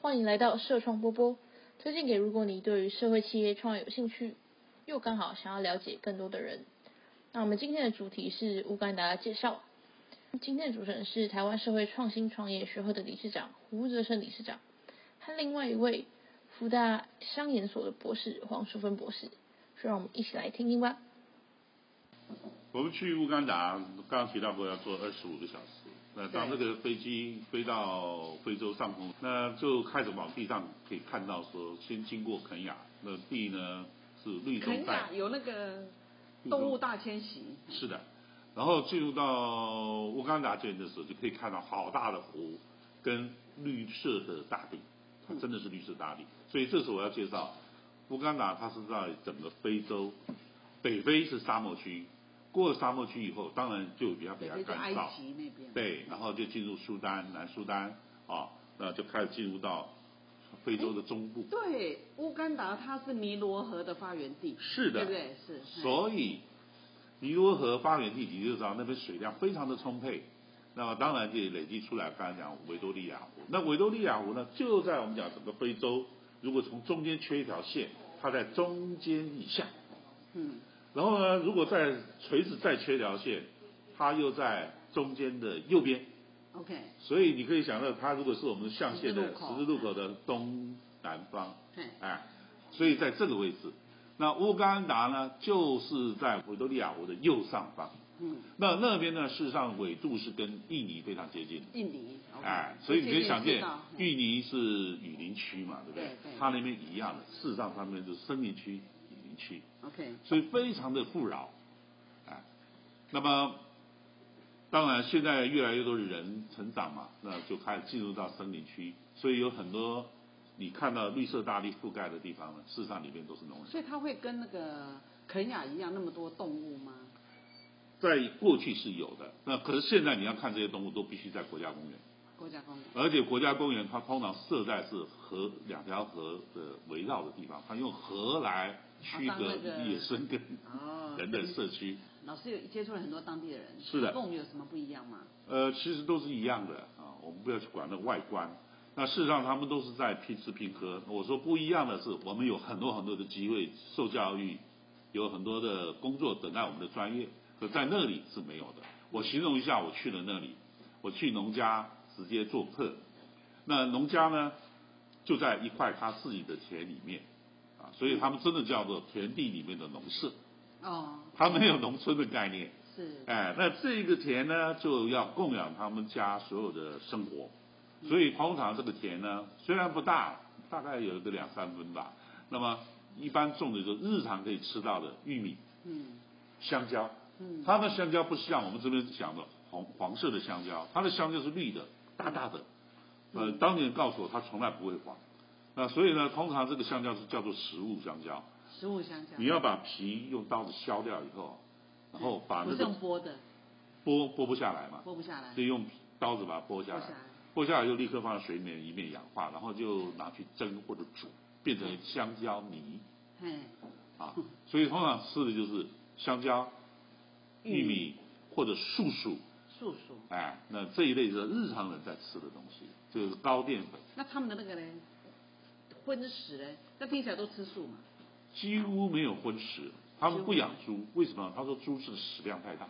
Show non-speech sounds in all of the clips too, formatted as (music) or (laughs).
欢迎来到社创波波，推荐给如果你对于社会企业创业有兴趣，又刚好想要了解更多的人。那我们今天的主题是乌干达介绍。今天的主持人是台湾社会创新创业学会的理事长胡哲生理事长，和另外一位福大商研所的博士黄淑芬博士。让我们一起来听听吧。我们去乌干达，刚刚提到过要坐二十五个小时。那当这个飞机飞到非洲上空，那就开始往地上可以看到说，先经过肯雅，那地呢是绿肯中带雅，啊有那个动物大迁徙，是的。然后进入到乌干达这边的时候，就可以看到好大的湖跟绿色的大地，它嗯真的是绿色大地。所以这时候我要介绍乌干达，它是在整个非洲，北非是沙漠区，过了沙漠区以后，当然就比较比对较，就干埃燥。及那边。对，然后就进入苏丹、南苏丹啊，那就开始进入到非洲的中哎部。对，乌干达它是尼罗河的发源地，是对的不，对？是。所以尼罗河发源地你就知道那边水量非常的充沛，那么当然就累积出来，刚才讲维多利亚湖。那维多利亚湖呢，就在我们讲整个非洲，如果从中间缺一条线，它在中间以下。嗯，然后呢，如果再垂直再缺一条线，它又在中间的右边。 OK，所以你可以想到，它如果是我们象限的十字路口十字路口的东南方，嘿，哎，所以在这个位置，那乌干达呢，就是在维多利亚湖的右上方。嗯，那那边呢，事实上纬度是跟印尼非常接近的，印尼，OK，哎，所以你可以想这见个也知道，嘿印尼是雨林区嘛，对不对对对？它那边一样的，事实上他们就是森林区、雨林区。 OK，所以非常的富饶，啊，那么当然现在越来越多的人成长嘛，那就开始进入到森林区，所以有很多你看到绿色大地覆盖的地方呢，事实上里面都是农人。所以它会跟那个肯雅一样那么多动物吗？在过去是有的，那可是现在你要看这些动物都必须在国家公园，国家公园。而且国家公园它通常设在是河两条河的围绕的地方，它用河来区啊当隔那个野生跟哦，人的社区。老师有接触了很多当地的人，是的跟我们有什么不一样吗？呃，其实都是一样的啊，我们不要去管那外观。那事实上，他们都是在拼吃拼喝。我说不一样的是，我们有很多很多的机会受教育，有很多的工作等待我们的专业，可在那里是没有的。我形容一下，我去了那里，我去农家直接做客。那农家呢，就在一块他自己的田里面啊，所以他们真的叫做田地里面的农舍，哦，他没有农村的概念。是哎，那这个田呢，就要供养他们家所有的生活，所以通常这个田呢，虽然不大，大概有个两三分吧，那么一般种的就日常可以吃到的玉米、嗯香蕉，嗯，它的香蕉不是像我们这边讲的黄黄色的香蕉，它的香蕉是绿的，大大的，呃，当年告诉我它从来不会黄，那所以呢，通常这个香蕉是叫做食物香蕉，食物相加，你要把皮用刀子削掉以后，然后把不那是个用剥的，剥剥不下来嘛。剥不下来，就用刀子把它剥剥下下来，来，剥下来就立刻放在水里面，以免氧化，然后就拿去蒸或者煮，变成香蕉泥嘿，啊。所以通常吃的就是香蕉、玉玉米或者树薯，嗯素薯。哎，那这一类是日常人在吃的东西，就是高淀粉，那他们的那个呢，荤食呢？那听起来都吃素嘛？几乎没有荤食。他们不养猪，为什么？他说猪是食量太大，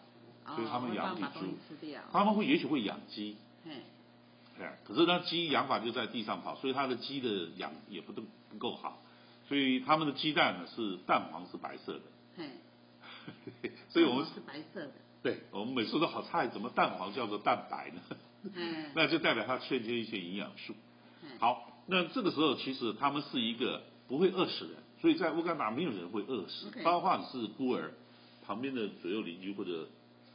所以他们哦养会起把东西猪吃掉。他们会也许会养鸡，嘿，哎，可是呢，鸡养法就在地上跑，所以它的鸡的养也不都不够好，所以它们的鸡蛋呢是蛋黄是白色的，嘿，所以我们是白 (laughs) 色的。对我们每次都好诧异，怎么蛋黄叫做蛋白呢？嗯，那就代表它欠缺一些营养素。 (laughs) 好，那这个时候其实他们是一个不会饿死人，所以在乌干达没有人会饿死 OK，包括你是孤儿，旁边的左右邻居或者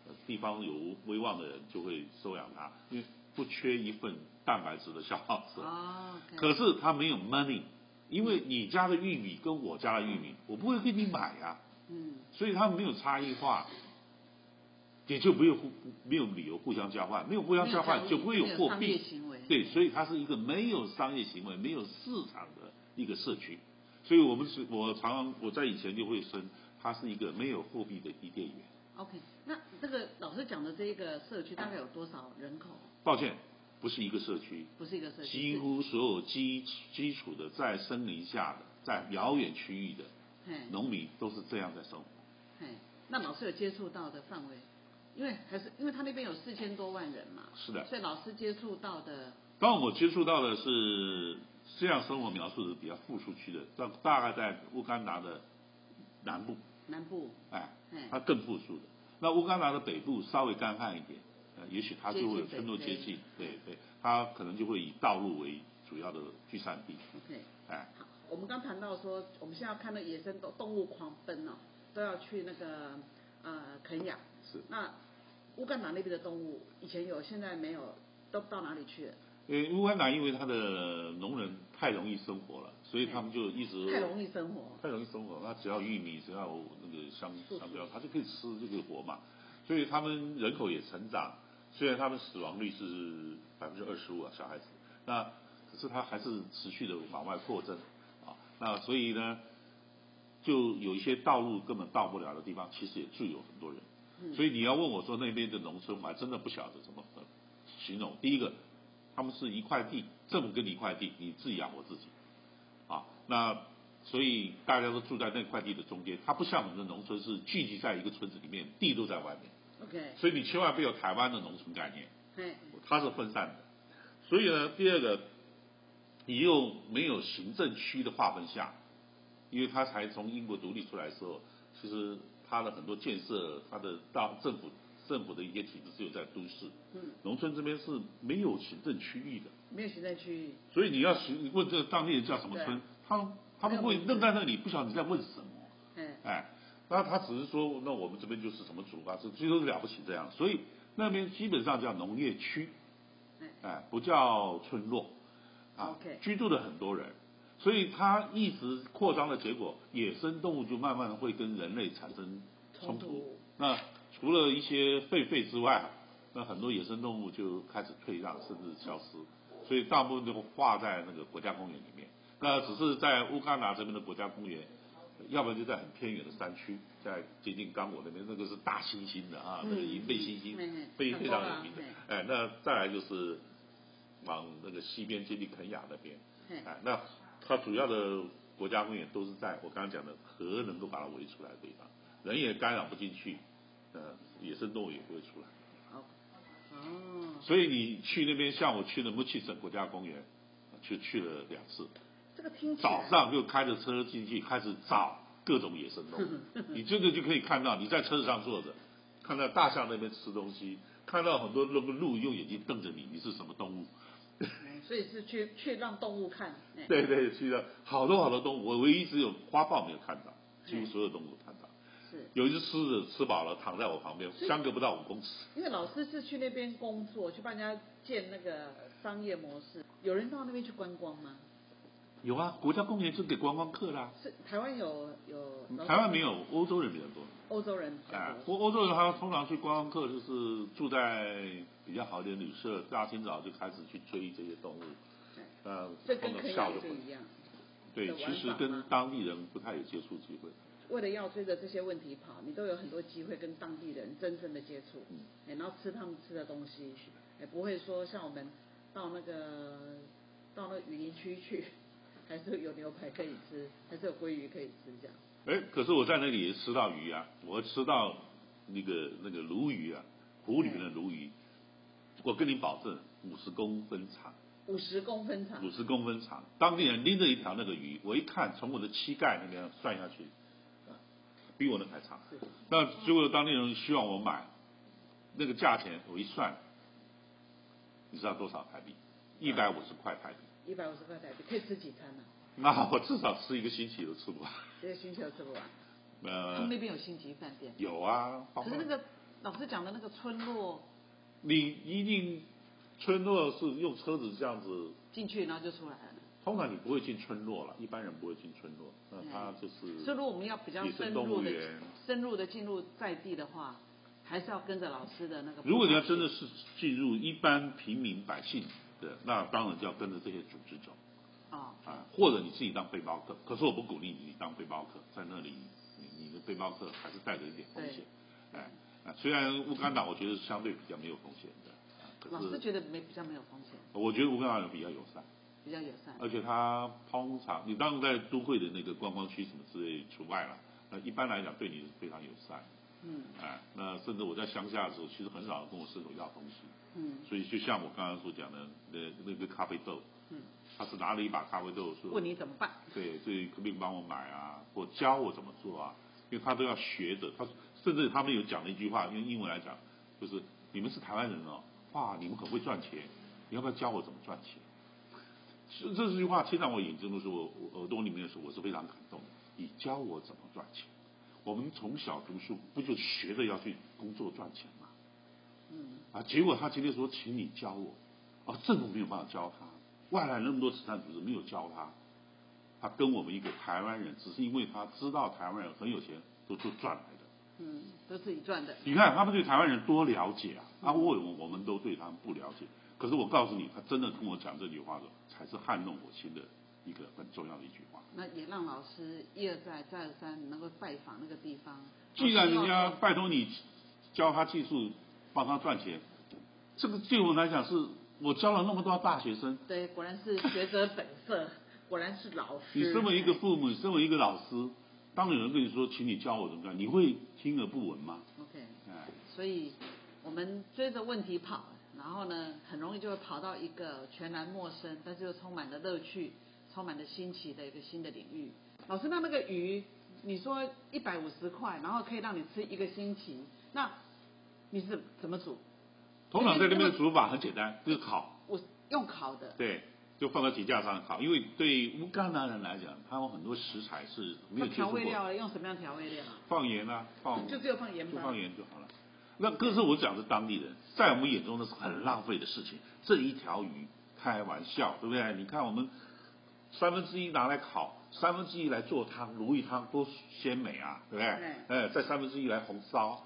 呃地方有威望的人就会收养他，因为不缺一份蛋白质的消耗者。哦，可是他没有 money，因为你家的玉米跟我家的玉米，我不会给你买呀、嗯，所以他们没有差异化，也就没有互没有理由互相交换，没有互相交换就不会有货没有商业币，行为。对，所以它是一个没有商业行为、没有市场的一个社区，所以我们是我常常我在以前就会称它是一个没有货币的伊甸园。 OK，那这个老师讲的这一个社区大概有多少人口？抱歉，不是一个社区，不是一个社区，几乎所有基基础的在森林下的，在遥远区域的嘿，农民都是这样在生活。嘿，那老师有接触到的范围，因为还是因为他那边有四千多万人嘛，是的，所以老师接触到的，当然我接触到的是这样生活描述的比较富庶区的，大大概在乌干达的南部，南部，哎，嘿，它更富庶的。那乌干达的北部稍微干旱一点，呃，也许它就会有村落接近，对对，它可能就会以道路为主要的聚散地， OK，哎，好，我们刚谈到说，我们现在要看到野生动动物狂奔哦，都要去那个呃肯亚，是。那乌干达那边的动物以前有，现在没有，都到哪里去了？因呃为乌干达因为它的农人太容易生活了，所以他们就一直太容易生活，太容易生活，那啊只要玉米，只要那个香素食香蕉，它就可以吃就可以活嘛。所以他们人口也成长，虽然他们死亡率是百分之二十五啊，小孩子，那可是它还是持续的往外扩增啊。那所以呢，就有一些道路根本到不了的地方，其实也住有很多人。嗯所以你要问我说那边的农村，我还真的不晓得怎么呃形容。第一个，他们是一块地，政府给你一块地，你自己养活自己，啊，那所以大家都住在那块地的中间，它不像我们的农村是聚集在一个村子里面，地都在外面， ，OK，所以你千万不要有台湾的农村概念，嘿，它是分散的。所以呢，第二个，你又没有行政区的划分下，因为它才从英国独立出来的时候，其实它的很多建设，它的大政府政府的一些体制只有在都市，嗯，农村这边是没有行政区域的。没有行政区域，所以你要询你问这个当地人叫什么对村，他们他们会愣在那里，不晓得你在问什么。嘿，哎，那他只是说，那我们这边就是什么主啊，这这都是了不起这样。所以那边基本上叫农业区，哎，不叫村落啊 OK 居住了很多人，所以它一直扩张的结果，野生动物就慢慢地会跟人类产生冲冲突。突，那除了一些狒狒之外，那很多野生动物就开始退让，甚至消失，所以大部分都画在那个国家公园里面。那只是在乌干达这边的国家公园，要不然就在很偏远的山区，在接近刚果那边，那个是大猩猩的啊，那个银背猩猩嗯嗯嗯，非非常很多有啊名的嗯。哎，那再来就是往那个西边接近肯亚那边，嘿，哎，那它主要的国家公园都是在我刚刚讲的河能够把它围出来的地方，人也干扰不进去，呃，野生动物也不会出来。好，哦。所以你去那边，像我去的木器省国家公园，就去了两次，这个听起早来，上就开着车进去开始找各种野生动物，你这个就可以看到，你在车子上坐着，看到大象那边吃东西，看到很多那个鹿用眼睛瞪着你，你是什么动物？嗯所以是去去让动物看，哎，对对，去了好多好多动物，我唯一只有花豹没有看到，几乎所有动物都看到。是有一只狮子吃饱了躺在我旁边，相隔不到五公尺。因为老师是去那边工作，去帮人家建那个商业模式，有人到那边去观光吗？有啊，国家公园就给观光客啦、是台湾有有，嗯台湾没，有，欧洲人比较多。欧洲人比哎较，多，欧欧洲人他通常去观光客就是住在比较好一点的旅社，大清早就开始去追这些动物。呃，这通跟常肯下亚午就就回来一样，对，的玩其实法跟吗当地人不太有接触机会。为了要追着这些问题跑，你都有很多机会跟当地人真正的接触，嗯哎，然后吃他们吃的东西，哎，不会说像我们到那个到那雨林区去， (laughs) 还是有牛排可以吃，还是有鲑鱼可以吃这样。哎，可是我在那里也吃到鱼啊，我吃到那个那个鲈鱼啊，湖里面的鲈鱼，我跟你保证，五十公分长，五十公分长，五十公分长。当地人拎着一条那个鱼，我一看，从我的膝盖那边算下去，啊比我那还长。是那结果当地人希望我买，那个价钱我一算，你知道多少台币？一百五十块台币。一百五十块台币，可以吃几餐呢、啊？那我至少吃一个星期都吃不完。 (laughs) 这个星期都吃不完。他们呃，啊那边有星级饭店，有啊，包可是括那个老师讲的那个村落你一定村落是用车子这样子，进去，然后就出来了。通常你不会进村落了，一般人不会进村落，那他就嗯所以是如果我们要比较野嗯深生动入物的、园。深入的进入在地的话，还是要跟着老师的那个步伐去。如果你要真的是进入一般平民百姓的，那当然就要跟着这些组织走啊、啊，或者你自己当背包客。可是我不鼓励你当背包客，在那里你你的背包客还是带着一点风险，哎啊，虽然乌干达我觉得相对比较没有风险的，啊可老师是觉得没比较没有风险，我觉得乌干达人比较友善，比较友善。而且它通常你当然在都会的那个观光区什么之类除外了，那一般来讲对你是非常友善，嗯哎，那甚至我在乡下的时候，其实很少跟我伸手要东西。嗯所以就像我刚刚所讲的，那那个咖啡豆，嗯，他是拿了一把咖啡豆说，问你怎么办？对，所以可不可以帮我买啊，或教我怎么做啊？因为他都要学着，他甚至他们有讲了一句话，用英文来讲，就是你们是台湾人哦，哇，你们很会赚钱，你要不要教我怎么赚钱？这这句话听到我眼睛的时候，我我耳朵里面的时候，我是非常感动的。你教我怎么赚钱？我们从小读书不就学着要去工作赚钱吗？嗯啊，结果他今天说请你教我，啊，政府没有办法教他，外来那么多慈善组织没有教他，他跟我们一个台湾人，只是因为他知道台湾人很有钱，都都赚来的。嗯，都自己赚的。你看他们对台湾人多了解啊，啊，我我我们都对他们不了解。可是我告诉你，他真的跟我讲这句话的时候，才是撼动我心的一个很重要的一句话。那也让老师一而再、再而三能够拜访那个地方。哦既然人家老师拜托你教他技术，帮他赚钱，这个对我来讲是，我教了那么多大学生。要对，果然是学者本色， (laughs) 果然是老师。你身为一个父母，身为一个老师，当有人跟你说，请你教我怎么干，你会听而不闻吗？ OK，哎，所以我们追着问题跑，然后呢，很容易就会跑到一个全然陌生，但是又充满了乐趣、充满了新奇的一个新的领域。老师，那那个鱼，你说一百五十块，然后可以让你吃一个星期，那你是怎么煮？通常在那边的煮法很简单，就是烤，我用烤的，对，就放到铁架上烤。因为对乌干达人来讲，他有很多食材是没那有接调触味过，料用什么样调味料？放盐啊，放就只有放盐就巴。放盐就好了。那可是我讲的是当地人，在我们眼中那是很浪费的事情。这一条鱼，开玩笑，对不对？你看我们三分之一拿来烤，三分之一来做汤，如意汤多鲜美啊，对不对？哎，再三分之一来红烧。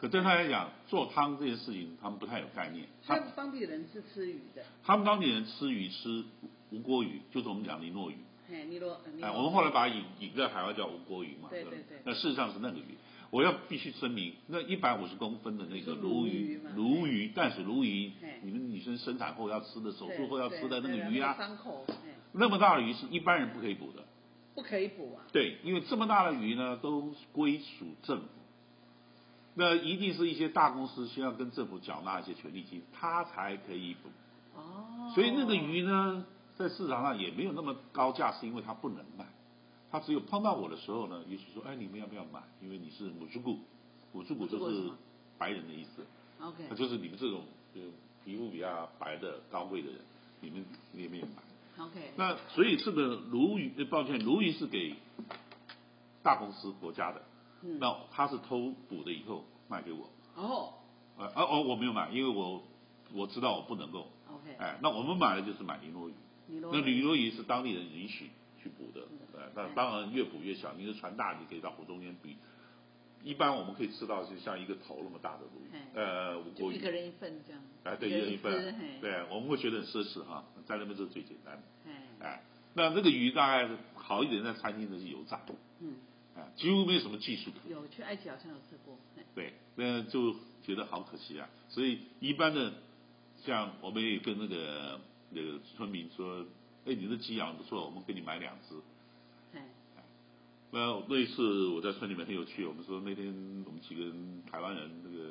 可对他来讲，做汤这件事情他们不太有概念。所他以当地人是吃鱼的，他们当地人吃鱼吃无锅鱼，就是我们讲的尼诺鱼。嘿，呃尼罗，尼罗哎，我们后来把它引引在海外叫无锅鱼嘛，对吧对对那事实上是那个鱼，我要必须声明，那一百五十公分的那个是鲈鲈鱼鱼嘛，鲈鱼淡水鲈鱼嘿，你们女生生产后要吃的，手对术后要对吃的那对个啊鱼啊，伤口，嘿那么大的鱼是一般人不可以捕的，不可以补啊。对，因为这么大的鱼呢，都归属政府，那一定是一些大公司先要跟政府缴纳一些权利金，它才可以捕，哦，所以那个鱼呢，在市场上也没有那么高价，是因为它不能卖，它只有碰到我的时候呢，也许说，哎，你们要不要买？因为你是母猪骨，母猪骨母猪就骨是是什么白人的意思， OK，那就是你们这种呃皮肤比较白的高贵的人，你们你们也买。 OK，那所以这个鲈鱼，呃抱歉，鲈鱼是给大公司国家的，嗯，那他是偷捕的以后卖给我，哦呃，哦哦，我没有买，因为我我知道我不能够， ，OK，哎，那我们买的就是买尼罗鱼。尼罗，那旅游鱼是当地人允许去捕的，对，那嗯当然越捕越小，你的船大，你可以到湖中间捕。一般我们可以吃到就像一个头那么大的鲈鱼，嗯呃，无就国一鱼，个人一份这样，哎，对，一一人一份只，嘿，对，我们会觉得很奢侈哈，在那边是最简单的，嘿，哎，那那个鱼大概好一点，在餐厅的是油炸，嗯，哎，几乎没有什么技术，有去埃及好像有吃过，嘿对，那就觉得好可惜啊。所以一般的，像我们也跟那个那个村民说，哎，你的鸡养得不错，我们给你买两只。嘿， (laughs) 那那一次我在村里面很有趣，我们说那天我们几个人台湾人那个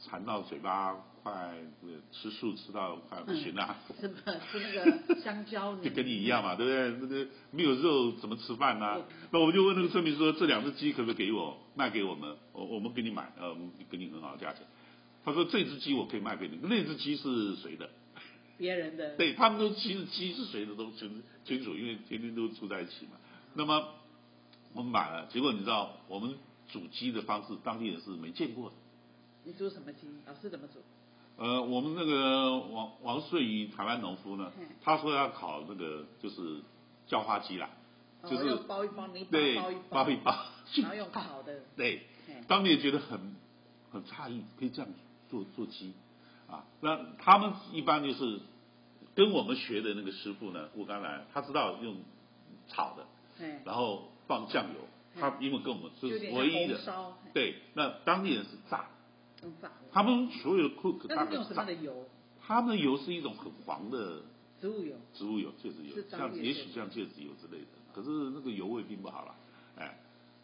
馋到嘴巴快那个吃素吃到快不行了、吃吧吃那 (laughs) 个香蕉泥，就跟你一样嘛，对不对？那个没有肉怎么吃饭呢、我那我们就问那个村民说，这两只鸡可不可以给我卖给我们？我我们给你买，呃，我们给你很好的价钱。他说这只鸡我可以卖给你，那只鸡是谁的？别人的，对他们都其实鸡是谁的都清清楚，因为天天都住在一起嘛。那么我们买了，结果你知道我们煮鸡的方式，当地人是没见过的。你煮什么鸡？老师怎么煮？呃，我们那个王王穗仪台湾农夫呢嗯，他说要烤那个就是叫花鸡啦，哦就是要包一包，你对，包一包一 (laughs) 包，然后用烤的，对，嘿，当地人觉得很很诧异，可以这样做做鸡啊。那他们一般就是跟我们学的那个师傅呢，乌干兰，他知道用炒的，嘿，然后放酱油，他因为跟我们就是嗯有点像唯一红的，烧，嘿对。那当地人是炸，很法国。他们所有的 cook 那大是概用什是炸么样的，油？他们的油是一种很黄的植物油。植物油、芥子油是，当像地的也许像芥子油之类的，可是那个油味并不好啦，哎，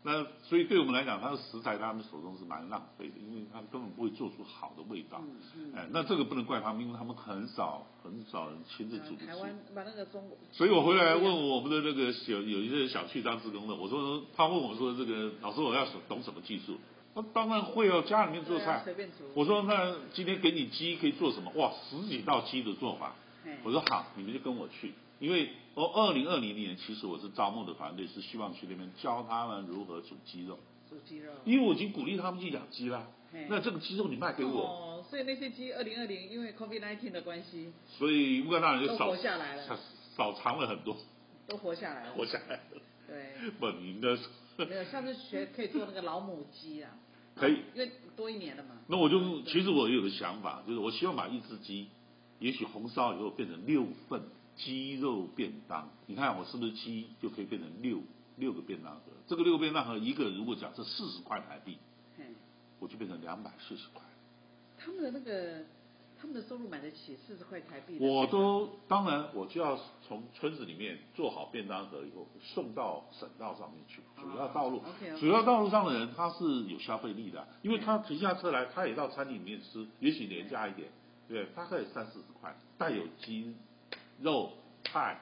那所以对我们来讲，它的食材他们手中是蛮浪费的，因为他们根本不会做出好的味道，嗯嗯。哎，那这个不能怪他们，因为他们很少很少人亲自呃煮得台出湾把那个中国，所以我回来问我们的那个小有一些小区当职工的，我说他问我说这个老师我要懂什么技术？我说当然会哦，家里面做对啊菜。随便煮。我说那今天给你鸡可以做什么？哇，十几道鸡的做法。嘿我说好，你们就跟我去，因为我二零二零年其实我是招募的团队，是希望去那边教他们如何煮鸡肉，煮鸡肉。因为我已经鼓励他们去养鸡啦。嘿那这个鸡肉你卖给我，哦，所以那些鸡二零二零因为 COVID 1 9的关系所以乌干达人就都少活下来了少少藏了很多，都活下来了。活下来了。对，不，你应该是没有，下次学可以做那个老母鸡啊，可以。因为多一年了嘛。那我就其实我有个想法，就是我希望把一只鸡，也许红烧以后变成六份鸡肉便当。你看我是不是鸡就可以变成六六个便当盒？这个六个便当盒一个如果假设四十块台币，嘿，我就变成两百四十块。他们的那个他们的收入买得起四十块台币的。我都当然我就要从村子里面做好便当盒以后送到省道上面去，哦主要道路。 OK，主要道路上的人他是有消费力的，因为他停下车来，他也到餐厅里面嗯吃，也许廉价一点，对，大概三四十块，带有鸡肉、菜、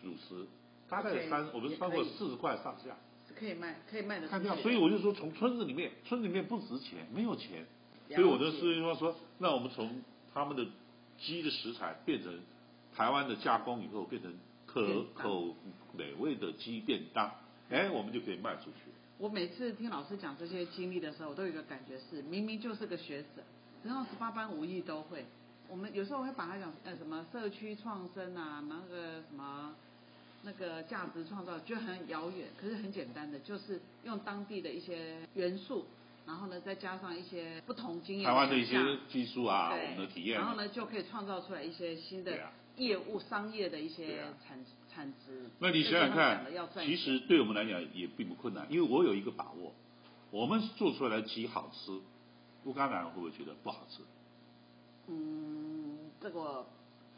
主食，大概有 OK，三，我们也超可过以四十块上下。是可以卖，可以卖得出看去掉，的。所以我就说从村子里面，村子里面不值钱，没有钱，了所以我的解师兄说，那我们从他们的鸡的食材变成台湾的加工以后，变成可便当口美味的鸡便当，哎，我们就可以卖出去。我每次听老师讲这些经历的时候，我都有一个感觉是，明明就是个学者，然后十八般武艺都会。我们有时候会把它讲呃什么社区创生啊，那个什么那个价值创造，觉得很遥远，可是很简单的，就是用当地的一些元素，然后呢再加上一些不同经验台湾的一想象些技术啊，对我们的体验然啊，后呢就可以创造出来一些新对的啊。业务、商业的一对些啊产产值。那你想想这就是他们讲看的要，赚其钱实对我们来讲也并不困难，因为我有一个把握，我们做出来的鸡好吃，乌干达人会不会觉得不好 (laughs) 吃？嗯，这个我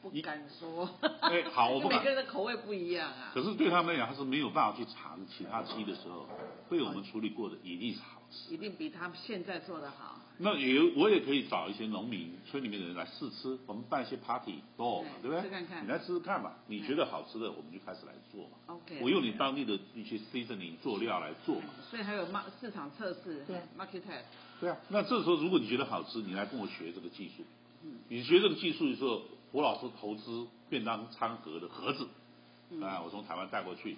不一敢说。哎好我不因为敢每个人的口味不一样啊。可是对他们来讲，他是没有办法去尝其他鸡的时候，被我们处理过的一定是好吃。一定比他现在做的好。那也我也可以找一些农民、村里面的人来试吃，我们办一些 party ball 嘛，对对不对？试看看你来试试看嘛，你觉得好吃的，我们就开始来做嘛。 OK。我用你当地的一些 seasoning 佐料来做嘛。所以还有 mar 市场测试对啊，market test。对啊，那这时候如果你觉得好吃，你来跟我学这个技术嗯。你学这个技术的时候，胡老师投资便当餐盒的盒子，嗯啊，我从台湾带过去，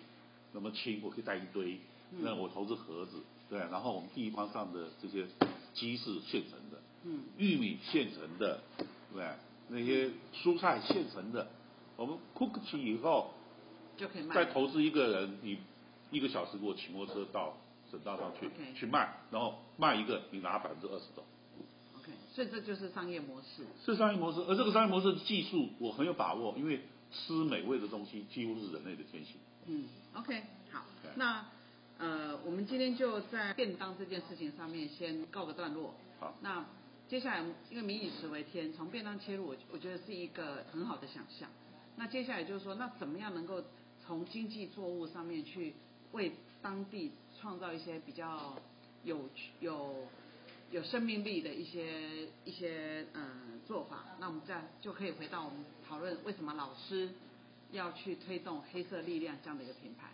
那么轻我可以带一堆，嗯那我投资盒子，对，然后我们地方上的这些鸡是现成的，嗯，玉米现成的，对，那些蔬菜现成的，我们 cook 起以后，就可以卖。再投资一个人，你一个小时给我骑摩托车到省道上去 OK 去卖，然后卖一个你拿百分之二十走， OK，所以这就是商业模式。这是商业模式，而这个商业模式的技术我很有把握，因为吃美味的东西几乎是人类的天性。嗯，OK，好对，那呃，我们今天就在便当这件事情上面先告个段落。好，那接下来因为民以食为天，从便当切入，我我觉得是一个很好的想象。那接下来就是说，那怎么样能够从经济作物上面去为当地创造一些比较有趣有有生命力的一些一些嗯做法？那我们这样就可以回到我们讨论为什么老师要去推动黑色力量这样的一个品牌。